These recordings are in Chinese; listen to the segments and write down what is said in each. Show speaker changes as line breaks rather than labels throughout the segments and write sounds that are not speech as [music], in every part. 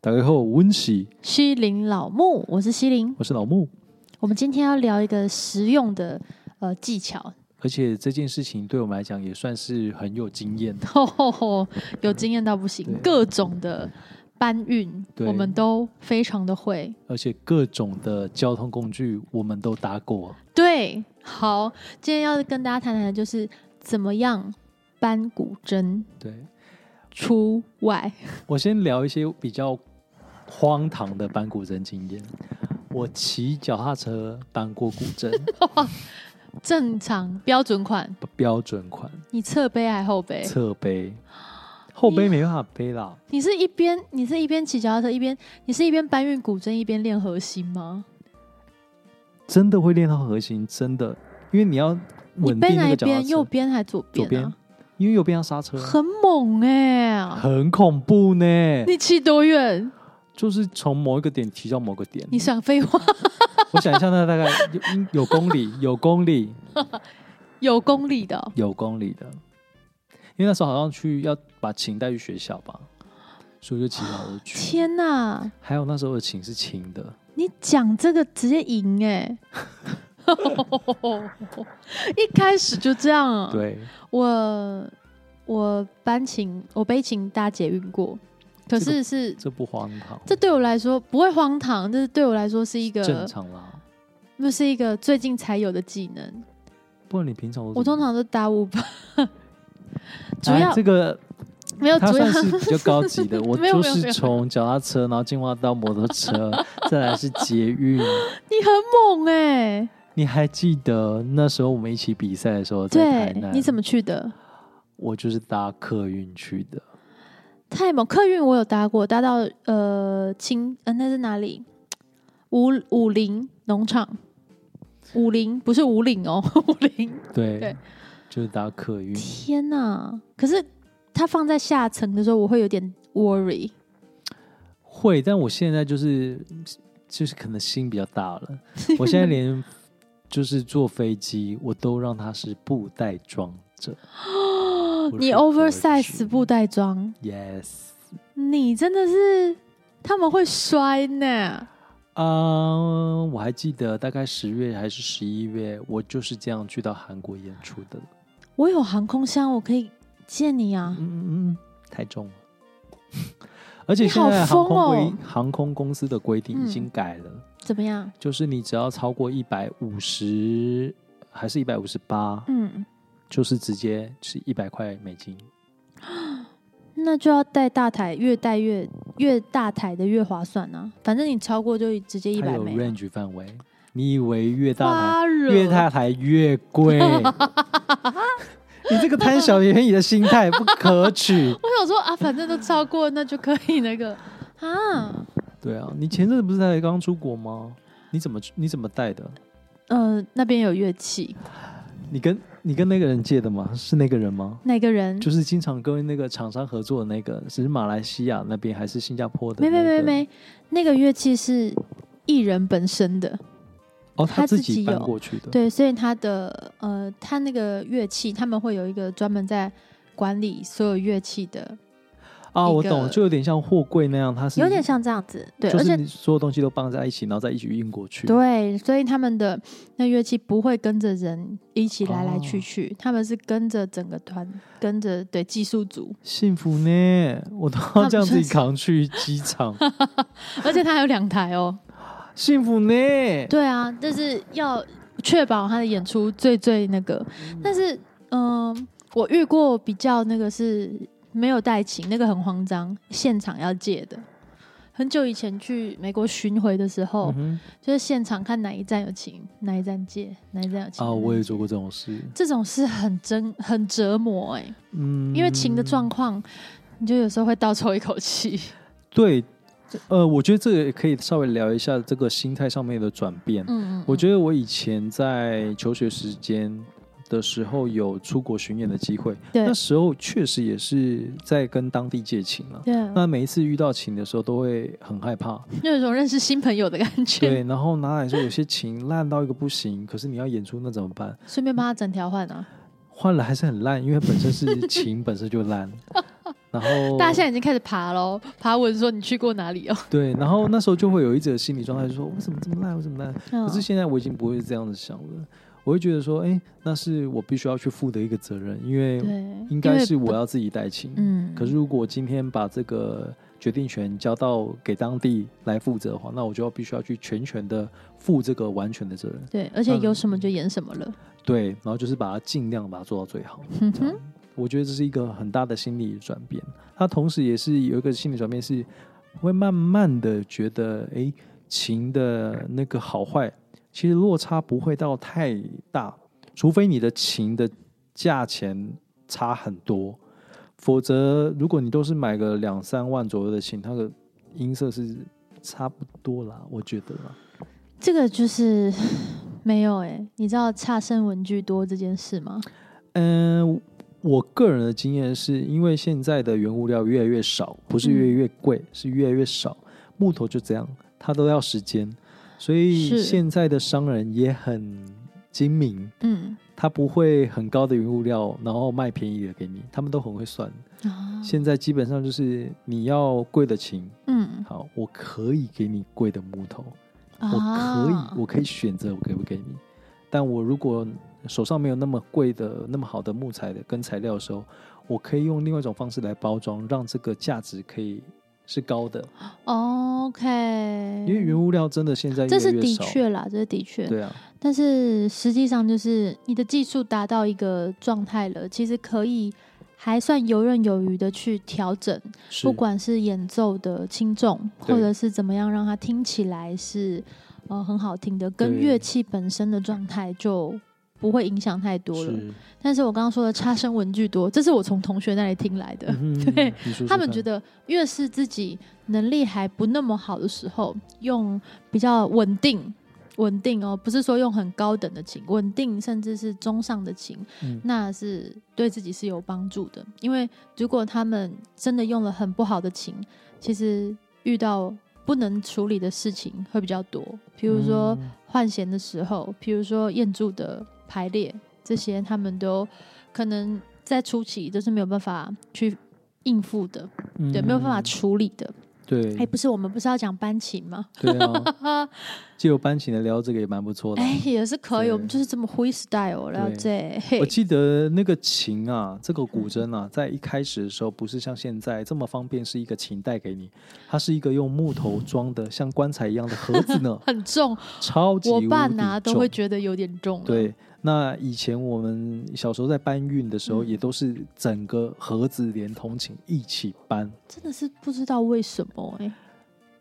打开后，温喜，
西林老木，我是西林。
我是老木。
我们今天要聊一个实用的呃技巧， [laughs]
而且这件事情对我们来讲也算是很有经验的。
吼吼吼，有经验到不行
对，
各种的搬运
对
我们都非常的会。
而且各种的交通工具我们都搭过，
对，好，今天要跟大家谈谈的就是怎么样搬古筝
对
出外。
我先聊一些比较荒唐的搬古筝经验。我骑脚踏车搬过古
[laughs]
筝，
正常标准款，
标准款
你侧背还后背？
侧背，后背没办法背啦。
你是一边你是一边骑脚踏车一边你是一边搬运古筝一边练核心吗？
真的会练到核心，真的，因为你要
你
稳
背
定
哪
那
一
个脚踏
边？右
车，
边还左
左
边、啊
边？，因为右边要刹车，啊
很猛哎、
很恐怖呢。
你骑多远？
就是从某一个点骑到某个点，
你想废话？
我想一下，那大概有嗯有公
[laughs]
里，有公里，
有公里的哦、
有公里的。因为那时候好像去要把琴带去学校吧，所以就骑到我去。
天哪、
还有那时候的琴是轻的，
你讲这个直接赢哎、 [laughs] 一开始就这样啊！
对，
我我搬琴，我背琴搭捷运过，可
这
是是
这不荒唐，
这对我来说不会荒唐，这是对我来说是一
正
个，
常啦。
那是一个最近才有的技能。
不然你平常
我通常都搭五班，主
哎
要
这个
没有啊
它
主要
算是比较高级的，我
没有
就
没有没
是
有
从脚踏车，然后进化到摩托车， [laughs] 再来是捷运。
[laughs] 你很猛哎、
你还记得那时候我们一起比赛的时候在
对
台，南？
你怎么去的？
我就是搭客运去的，
太猛！客运我有搭过，搭到呃青呃那是哪里？五五林农场，五林不是五岭哦， [laughs] 五林。
对，
对
就是搭客运。
天哪！可是它放在下层的时候，我会有点 worry。
会，但我现在就是就是可能心比较大了，我现在
[laughs]
连就是坐飞机我都让它是布袋装着。不
哦你
是格子
oversize 布袋装，
？Yes，
你真的是他们会摔呢。
嗯、我还记得大概十月还是十一月，我就是这样去到韩国演出的。
我有航空箱，我可以借你啊
嗯。嗯嗯，太重了。 [laughs] 而且
你
现
好
在航空
疯
规、
哦
航空公司的规定
嗯
已经改了，
怎么样？
就是你只要超过一百五十还是一百五十八，
嗯，
就是直接是一百块美金。
那就要带大台，越带越越大台的越划算啊。反正你超过就直接一
它
百
有
美。
range 范围，你以为越大
花
台
惹
越大台越
[laughs]
贵？你这个贪小便宜的心态 [laughs] 不可取。
我想说啊，反正都超过，那就可以那个啊，
对啊，你前阵子不是才刚出国吗？你怎么你怎么带的？
呃，那边有乐器，
你跟你跟那个人借的吗？是那个人吗？
哪个人？
就是经常跟那个厂商合作的那个，只是马来西亚那边还是新加坡的、
没
那
没
个？
没没，那个乐器是艺人本身的，
哦，
他
他自
自己
己搬
有
过去的。，
对，所以他的呃，他那个乐器他们会有一个专门在管理所有乐器的，
啊，
一
我
个
懂，就有点像货柜那样，它是
有点像这样子，对，
就
而
是
且
你所有东西都绑在一起，然后再一起运过去。
对，所以他们的那乐器不会跟着人一起来来去
哦
去，他们是跟着整个团，跟着对技术组，
幸福呢，我都要这样自己扛去机
[laughs]
场，
而且他还有两台哦。
幸福呢。
对啊，但是要确保他的演出最最那个。但是，嗯、我遇过比较那个是没有带琴，那个很慌张，现场要借的。很久以前去美国巡回的时候，
嗯
就是现场看哪一站有琴，哪一站借，哪一站有琴。
哼，啊，
哪一站
我也
借
做过这种事，
这种事很真很折磨哎、
嗯，
因为琴的状况，你就有时候会倒抽一口气。
对，呃，我觉得这个也可以稍微聊一下这个心态上面的转变。
嗯嗯，
我
得
觉得我以前在求学时间的时候有出国巡演的机会，
[laughs] 对
那时候确实也是在跟当地借琴了。
对，啊
那每一次遇到琴的时候，都会很害怕，
有一种认识新朋友的感觉。
对。然后拿来说，有些琴烂到一个不行，可是你要演出那怎么办？
顺便帮他整条换啊。 [laughs]
换了还是很烂，因为本身是琴本身就烂。然后
大家现在已经开始爬喽，爬文说你去过哪里哦。
对，然后那时候就会有一种心理状态，就说我怎么这么烂，我怎么烂？
嗯
可是现在我已经不会这样子想了，我会觉得说，哎、那是我必须要去负的一个责任，因为
对，
应该是
因为
我
不
要自己带清。
嗯，
可是如果我今天把这个决定权交到给当地来负责的话，那我就要必须要去全权的负这个完全的责任。
对，而且有
嗯
什么就演什么了。
对，然后就是把它尽量把它做到最好。
嗯
这样
哼，
我觉得这是一个很大的心理转变。它同时也是有一个心理转变，是会慢慢的觉得，哎、情的那个好坏，其实落差不会到太大，除非你的情的价钱差很多，否则如果你都是买个两三万左右的琴，它的音色是差不多啦，我觉得啦。
这个就是没有哎、你知道差生文具多这件事吗？
嗯，我个人的经验是因为现在的原物料越来越少，不是越来越贵，是越来越少。木头就这样，它都要时间，所以
是
现在的商人也很精明，
嗯
他不会很高的原物料，然后卖便宜的给你，他们都很会算。
啊，
现在基本上就是你要贵的琴，
嗯
好，我可以给你贵的木头，我可
啊
以，我可以选择我给不给你。但我如果手上没有那么贵的、那么好的木材的跟材料的时候，我可以用另外一种方式来包装，让这个价值可以是高的。
哎啊哦 OK，
因为原物料真的现在越
这
来
是
越
的
少，
确啦，这是的确。
对啊，
但是实际上就是你的技术达到一个状态了，其实可以还算游刃有余的去调整，
是
不管是演奏的轻重，
对
或者是怎么样让它听起来是呃很好听的，跟
对
乐器本身的状态就。不会影响太多了，
是，
但是我刚刚说的差生文具多，这是我从同学那里听来
嗯
的。 [laughs] 对
你说说
他们
看
觉得越是自己能力还不那么好的时候，用比较稳定、稳定哦，不是说用很高等的琴，稳定甚至是中上的琴，
嗯
那是对自己是有帮助的。因为如果他们真的用了很不好的琴，其实遇到不能处理的事情会比较多，比如说
嗯
换弦的时候，比如说验柱的排列这些，他们都可能在初期都是没有办法去应付的，对，没有办法
嗯
处理的。哎、
对
不是，我们不是要讲班琴 [laughs] 吗？
对啊，借由班琴来聊这个也蛮不错的啊。
哎、也是可以，
对
我们就是这么 freestyle 了
对
解。
我
嘿，，
记得那个琴啊，这个古筝啊，在一开始的时候不是像现在这么方便，是一个琴带给你，它是一个用木头装的像棺材一样的盒子呢
[laughs] 很重，
超级无
我
敌
爸拿都会
重
觉得有点重了。
对。那以前我们小时候在搬运的时候，
嗯
也都是整个盒子连同琴一起搬，
真的是不知道为什么哎、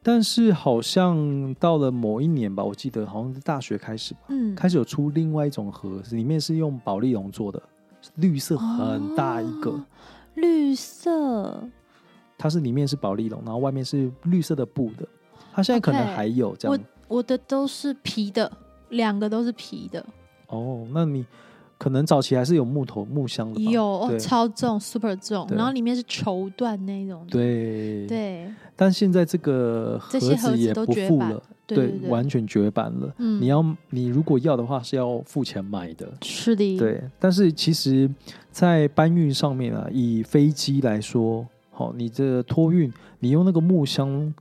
但是好像到了某一年吧，我记得好像是大学开始吧，
嗯，
开始有出另外一种盒，子，里面是用保丽龙做的，绿色很大一个。
哦绿色，
它是里面是保丽龙，然后外面是绿色的布的。它现在可能
OK，
还有这
我
样
我的都是皮的，两个都是皮的，
哦，那你可能早期还是有木头木箱的吧？
有、哦、
对
超重，super 重，
对
然后里面是绸缎那种的，
对，
对
但现在这个
这
盒
些盒
子也
子都
不
绝
付
版
了，，
对对对，
完全绝版了。
嗯
你要你如果要的话是要付钱买的，
是的，
对。但是其实，在搬运上面啊，以飞机来说，好，你这个托运，你用那个木箱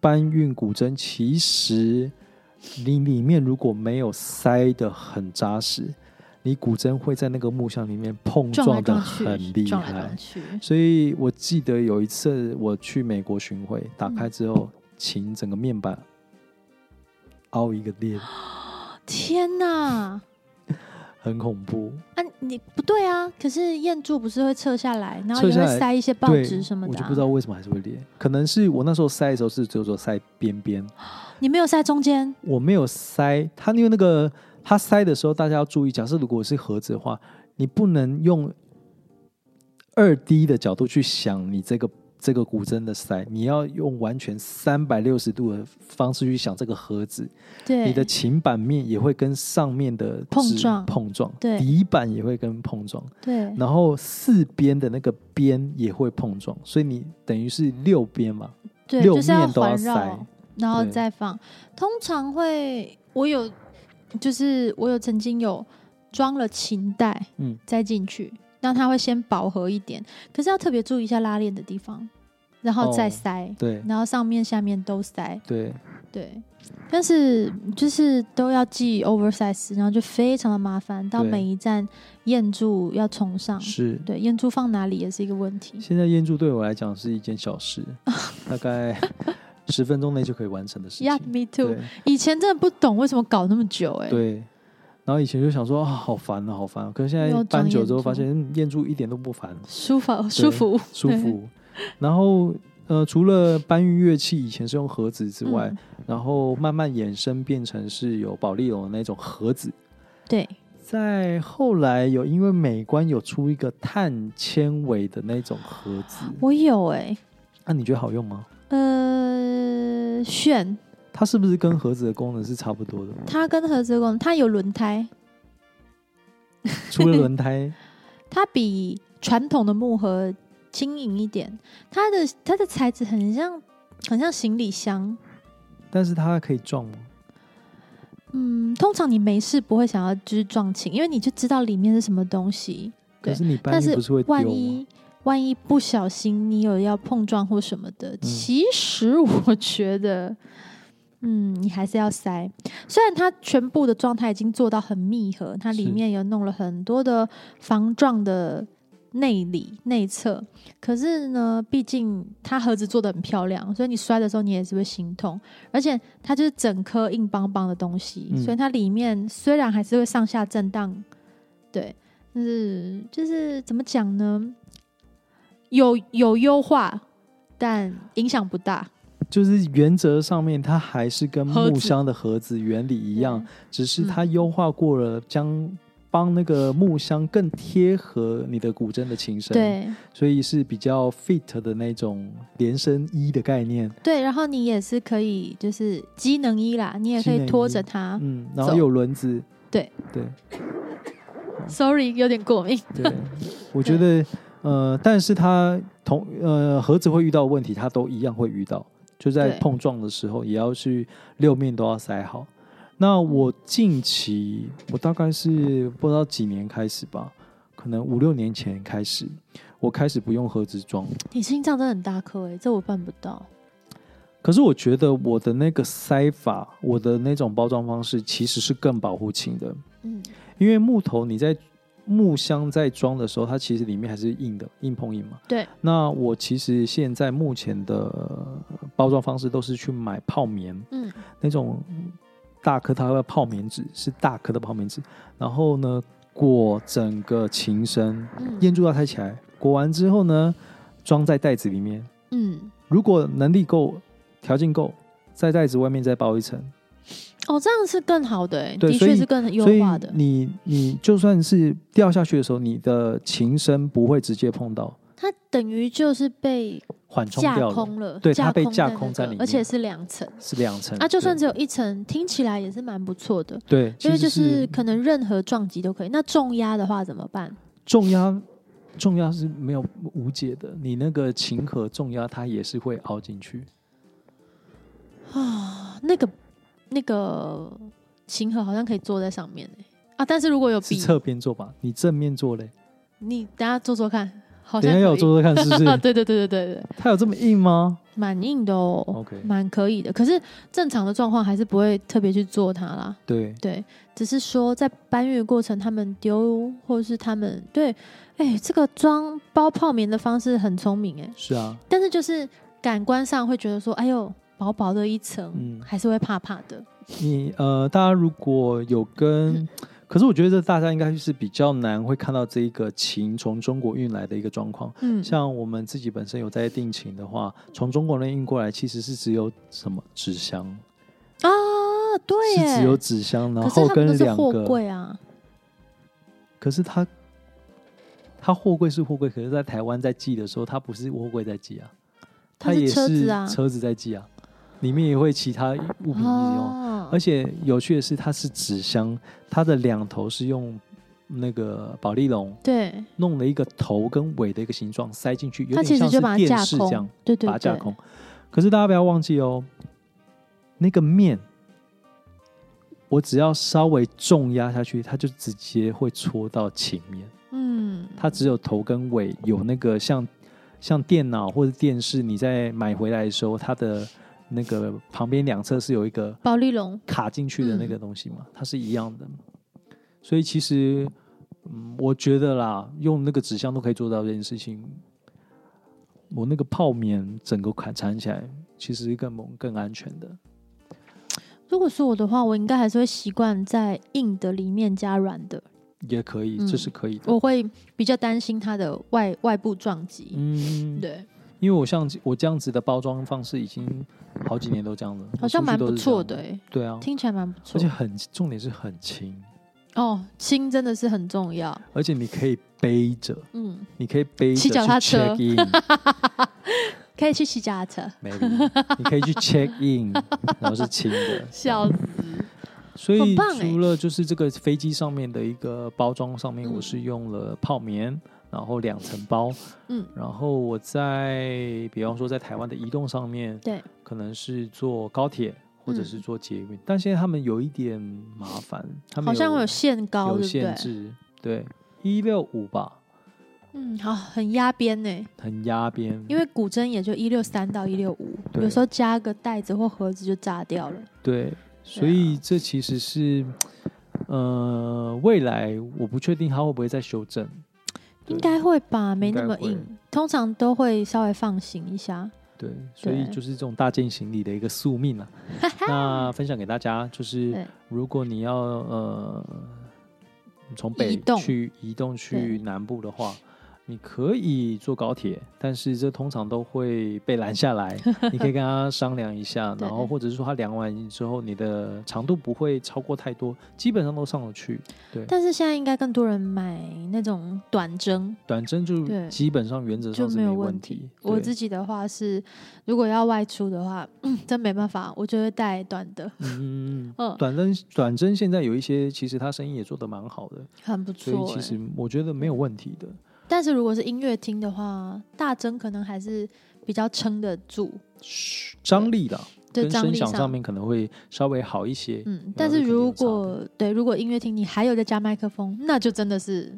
搬运古筝，其实你里面如果没有塞的很扎实，你古筝会在那个木箱里面碰
撞来
撞的
撞
很
去，
厉
撞来撞
害。
去，
所以我记得有一次我去美国巡回，
嗯
打开之后，琴整个面板凹一个裂，
天哪！
很恐怖。
啊，你不对啊！可是燕柱不是会撤下来，然后
撤
也
下
会
来
塞一些报
对，
纸什么的、
我
啊。
就不知道为什么还是会裂。可能是我那时候塞的时候是只有说塞边边，
你没有塞中间，
我没有塞它，因为那个它塞的时候大家要注意，假设如果是盒子的话，你不能用二 D 的角度去想你这个。这个古筝的塞，你要用完全三百六十度的方式去想这个盒子，
对，
你的琴板面也会跟上面的
碰
纸
撞
碰撞，
对
底板也会跟碰撞，
对
然后四边的那个边也会碰撞，所以你等于是六边嘛，
对，
六
就是要
面都要
环
塞
绕，然后
对
再放。通常会，我有，就是我有曾经有装了琴带，
嗯
塞进去，让它会先饱和一点。可是要特别注意一下拉链的地方，然后再
哦
塞，
对
然后上面下面都塞。
对，
对，但是就是都要寄 oversize，然后就非常的麻烦，到
对
每一站验注要重上。
是。
对，验注放哪里也是一个问题。
现在验注对我来讲是一件小
[laughs]
事，大概十分钟内就可以完成的事
Yeah,
情。
me too
对。
以前真的不懂为什么搞那么久、哎，
对，然后以前就想说啊，好烦啊，好烦、啊。可是现
又
在
装
搬久
验
之后，发
注
现嗯验注一点都不烦，
舒服舒服，
舒
对
服。 [laughs] 然后呃，除了搬运乐器以前是用盒子之
嗯
外，然后慢慢衍生变成是有保利龙的那种盒子。
对，
再后来有因为美观有出一个碳纤维的那种盒子，
我有哎、
那、你觉得好用吗？
呃，炫，
它是不是跟盒子的功能是差不多
[laughs]
的？
它跟合资工，它有轮胎，
除了轮胎，
它比传统的木盒轻盈一点，它的它的材质很像很像行李箱。
但是它可以撞吗？
嗯，通常你没事不会想要就是撞琴，因为你就知道里面是什么东西。对
可是你搬
但
运
是
不是会丢
万
吗？
一万一不小心你有要碰撞或什么
嗯
的，其实我觉得，嗯，你还是要塞。虽然它全部的状态已经做到很密合，它里
是
面有弄了很多的防撞的内里内侧，可是呢，毕竟它盒子做的很漂亮，所以你摔的时候你也是会心痛。而且它就是整颗硬邦邦的东西，
嗯
所以它里面虽然还是会上下震荡，对，但是就是怎么讲呢？有有优化，但影响不大。
就是原则上面，它还是跟
盒子
木箱的盒子原理一样，只是
嗯
它优化过了，将帮那个木箱更贴合你的古筝的琴声，，
对
所以是比较 fit 的那种连身衣的概念，
对，然后你也是可以就是机能衣啦，你也可
机
以
能衣
拖着它。
嗯，然后
啊走
有轮子，
对
对
Sorry，有点过敏。
对， [laughs] 我觉得呃，但是它同呃盒子会遇到的问题，它都一样会遇到，就在
对
碰撞的时候也要去六面都要塞好。那我近期我大概是不知道几年开始吧，可能五六年前开始，我开始不用盒子装，
你心脏真的很大颗哎、这我办不到。
可是我觉得我的那个塞法，我的那种包装方式其实是更保护琴的，
嗯，
因为木头你在木箱在装的时候，它其实里面还是硬的，硬碰硬嘛。
对。
那我其实现在目前的呃包装方式都是去买泡棉，
嗯，
那种大颗它的泡棉纸是大颗的泡棉纸，然后呢裹整个琴身，
嗯
烟柱要抬起来，裹完之后呢装在袋子里面，
嗯，
如果能力够，条件够，在袋子外面再包一层，
哦，这样是更好的、欸，
对
的
所以
确是更优
所以
化的。
你你就算是掉下去的时候，你的琴声不会直接碰到，
它等于就是被
缓冲
架
掉了，
空了，
对它被
空
架
那
空在
个
里
而且
面
是两层。
是两层。
啊，就算
对
只有一层，听起来也是蛮不错的，
对，
因为
其
就
实
是
是
可能任何撞击都可以。那重压的话怎么办？
重压。重压是没有无解的，你那个琴盒重压它也是会凹进去，
啊，那个那个琴盒好像可以坐在上面、欸、啊，但是如果有
是
笔，
侧边做吧？你正面做嘞？
你等下做做看，好
等一
像
下要
可
我
以
做做看是不
啊， [laughs]
是？
对对对对对对，
它有这么硬吗
蛮硬的哦、
？OK，
蛮可以的。可是正常的状况还是不会特别去做它啦。
对，
对，只是说在搬运的过程，他们丢或是他们对，哎、这个装包泡棉的方式很聪明哎、
是啊，
但是就是感官上会觉得说，哎呦，薄薄的一层，
嗯
还是会怕怕的。
你呃，大家如果有跟，
嗯
可是我觉得大家应该是比较难会看到这一个琴从中国运来的一个状况。
嗯，
像我们自己本身有在定琴的话，从中国那运过来其实是只有什么纸箱，
啊，对
是只有
耶，
纸箱，然
可是
后
他们都
跟
是
两
货
个，
柜啊，
可是它它货柜是货柜，可是在台湾在寄的时候，它不是货柜在寄啊，
它
也
是车
是
子啊，
车子在寄啊，里面也会其他物品一起用。
哦
而且有趣的是，它是纸箱，它的两头是用那个保丽龙
对，
弄了一个头跟尾的一个形状塞进去，有
它
点
其实
像
就是把它
电
架
视这样
空，对对
把它架
对，
空。可是大家不要忘记哦，那个面，我只要稍微重压下去，它就直接会戳到琴面。
嗯，
它只有头跟尾有那个像像电脑或者电视，你在买回来的时候，它的那个旁边两侧是有一个
保利龙，
卡进去的那
嗯
个东西嘛，它是一样的。所以其实，嗯，我觉得啦，用那个纸箱都可以做到这件事情。我那个泡棉整个砍缠起来，其实是更猛、更安全的。
如果是我的话，我应该还是会习惯在硬的里面加软的，
也可以，
嗯
这是可以的。
我会比较担心它的外外部撞击。
嗯，
对，
因为我像我这样子的包装方式已经好几年都这样了，
好像
我出去
蛮
都
不
是
错
这
的
样。
哎，
对啊，
听起来蛮不
而
错
且。很重点是很轻，
哦，轻真的是很重要。
而且你可以背着，
嗯，
你可以背着
骑脚踏
去 check in。
可以去骑脚踏车，
maybe 你可以去 check
[laughs]
in，然后是轻的，
笑死。
所以
很棒欸
除了就是这个飞机上面的一个包装上面，
嗯
我是用了泡棉，然后两层包，
嗯，
然后我在比方说在台湾的移动上面，
对，
可能是坐高铁或者
嗯
是坐捷运，但现在他们有一点麻烦，他们
好像会有
有
限高，
有
对不
限
对？
制，对，一六五吧，
嗯，好，很压边呢，
很压边，
因为古筝也就一六三到一六五，
对
有时候加个袋子或盒子就炸掉了。
对，所
啊
以这其实是，呃，未来我不确定它会不会再修正，对
应该会吧，没
应该
那么
会
硬，通常都会稍微放行一下。
对，所以
对
就是这种大件行李的一个宿命啊。那分享给大家，就是
对
如果你要呃从
移
北
动
去移动
对
去南部的话。你可以坐高铁，但是这通常都会被拦下
[laughs]
来。你可以跟他商量一下，
对
然后或者是说他量完之后，你的长度不会超过太多，基本上都上得去。
但是现在应该更多人买那种短针，
短针
对
就基本上原则
就
上是
没有问
问
题
题。
我
对
自己的话是，如果要外出的话，嗯，真没办法，我就会带短的，
嗯，嗯
嗯
嗯， [laughs] 短针短针现在有一些，其实他生意也做得蛮好的，
很不
所以
错、
其
欸。
实我觉得没有问题的。
但是如果是音乐厅的话，大针可能还是比较撑得住，
张力啦，
对
跟
张
声
力
响上面可能会稍微好一些。
嗯，
那
但是
肯定有
如
差
果对，如果音乐厅你还有在加麦克风，那就真的是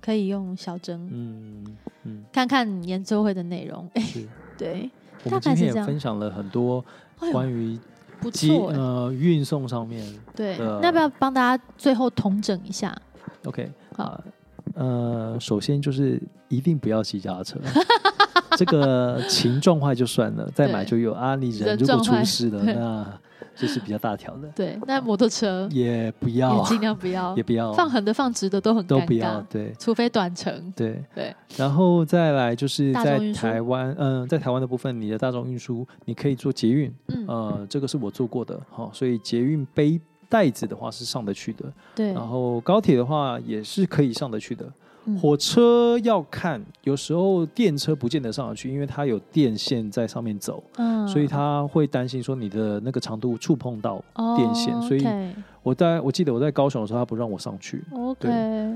可以用小针、
嗯嗯，
看看演奏会的内容。 [laughs] 哎、
是。
对，
我
大
们今天
概是这
也
样
分享了很多
哎呦，
关于
不
机
错、哎
呃运送上面。
对，
呃
那要不要帮大家最后统整一下？
OK，
好
啊，呃，首先就是一定不要骑脚踏车。 [laughs] 这个琴撞坏就算了，再买
对
就有啊。你
人
人如果
撞坏
出事了，
对
那就是比较大条的。
对，那摩托车
也不要啊
也，尽量不要
[laughs] 也，不要，啊
放横的放直的都很
都
尴
不要
尬，，
对
除非短程。
对
对。
然后再来就是
大
在
众运输
台湾，嗯、在台湾的部分，你的大众运输你可以做捷运，
嗯，
呃，这个是我做过的，好、所以捷运背袋子的话是上得去的，
对，
然后高铁的话也是可以上得去的。
嗯
火车要看，有时候电车不见得上得去，因为它有电线在上面走，
嗯
所以他会担心说你的那个长度触碰到
哦
电线，所以
OK，
我在我记得我在高雄的时候，他不让我上去，
OK，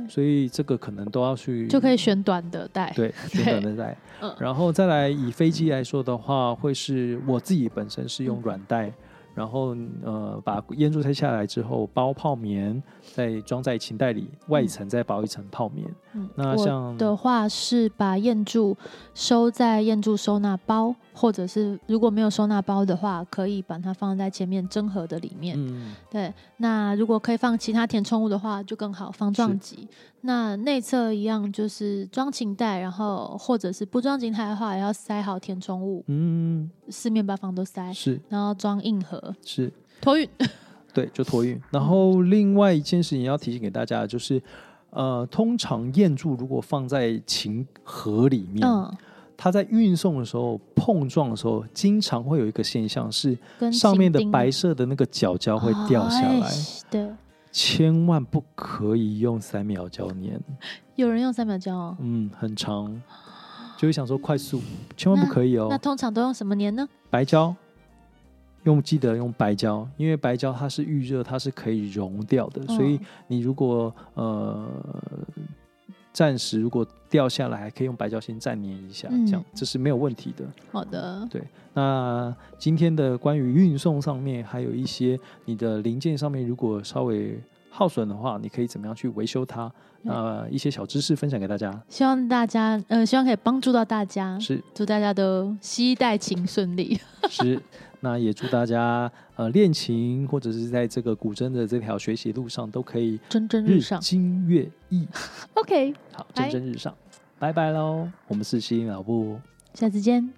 所以这个可能都要去
嗯就可以选短的带。
嗯
[laughs]
对
对
旋转的带
嗯，
然后再来以飞机来说的话，会是我自己本身是用软
嗯
袋，然后呃把烟柱拆下来之后包泡棉，再装在琴袋里，外层再包一层泡棉。
嗯，
那
我
像
的话是把燕柱收在燕柱收纳包，或者是如果没有收纳包的话，可以把它放在前面蒸盒的里面。
嗯，
对，那如果可以放其他填充物的话，就更好，防撞
是
击。那内侧一样就是装琴袋，然后或者是不装琴袋的话，也要塞好填充物，
嗯
四面八方都塞，
是
然后装硬盒，
是，
托运。
对，就托
嗯
运。然后另外一件事情要提醒给大家的就是。呃，通常燕柱如果放在琴盒里面，
嗯，
它在运送的时候碰撞的时候，经常会有一个现象是
跟
上面的
琴钉
白色的那个角胶会掉下来，
哎对，
千万不可以用三秒胶粘，
有人用三秒胶哦。
嗯，很长，就会想说快速，千万不可以
那
哦。
通常都用什么粘呢？
白胶用记得用白胶，因为白胶它是预热，它是可以溶掉的，所以
嗯
你如果呃暂时如果掉下来，还可以用白胶先粘粘一下，
嗯
这样这是没有问题的。
好的，
那今天的关于运送上面，还有一些你的零件上面，如果稍微耗损的话，你可以怎么样去维修它？
对
呃，一些小知识分享给大家。
希望大家，呃，希望可以帮助到大家，
是
祝大家都期待情顺利。
是，那也祝大家呃练琴或者是在这个古筝的这条学习路上都可以
蒸蒸
日
日上。
精月异，
嗯 OK，
好，
拜
蒸蒸日上。拜拜喽，我们是西音老布。
下次见。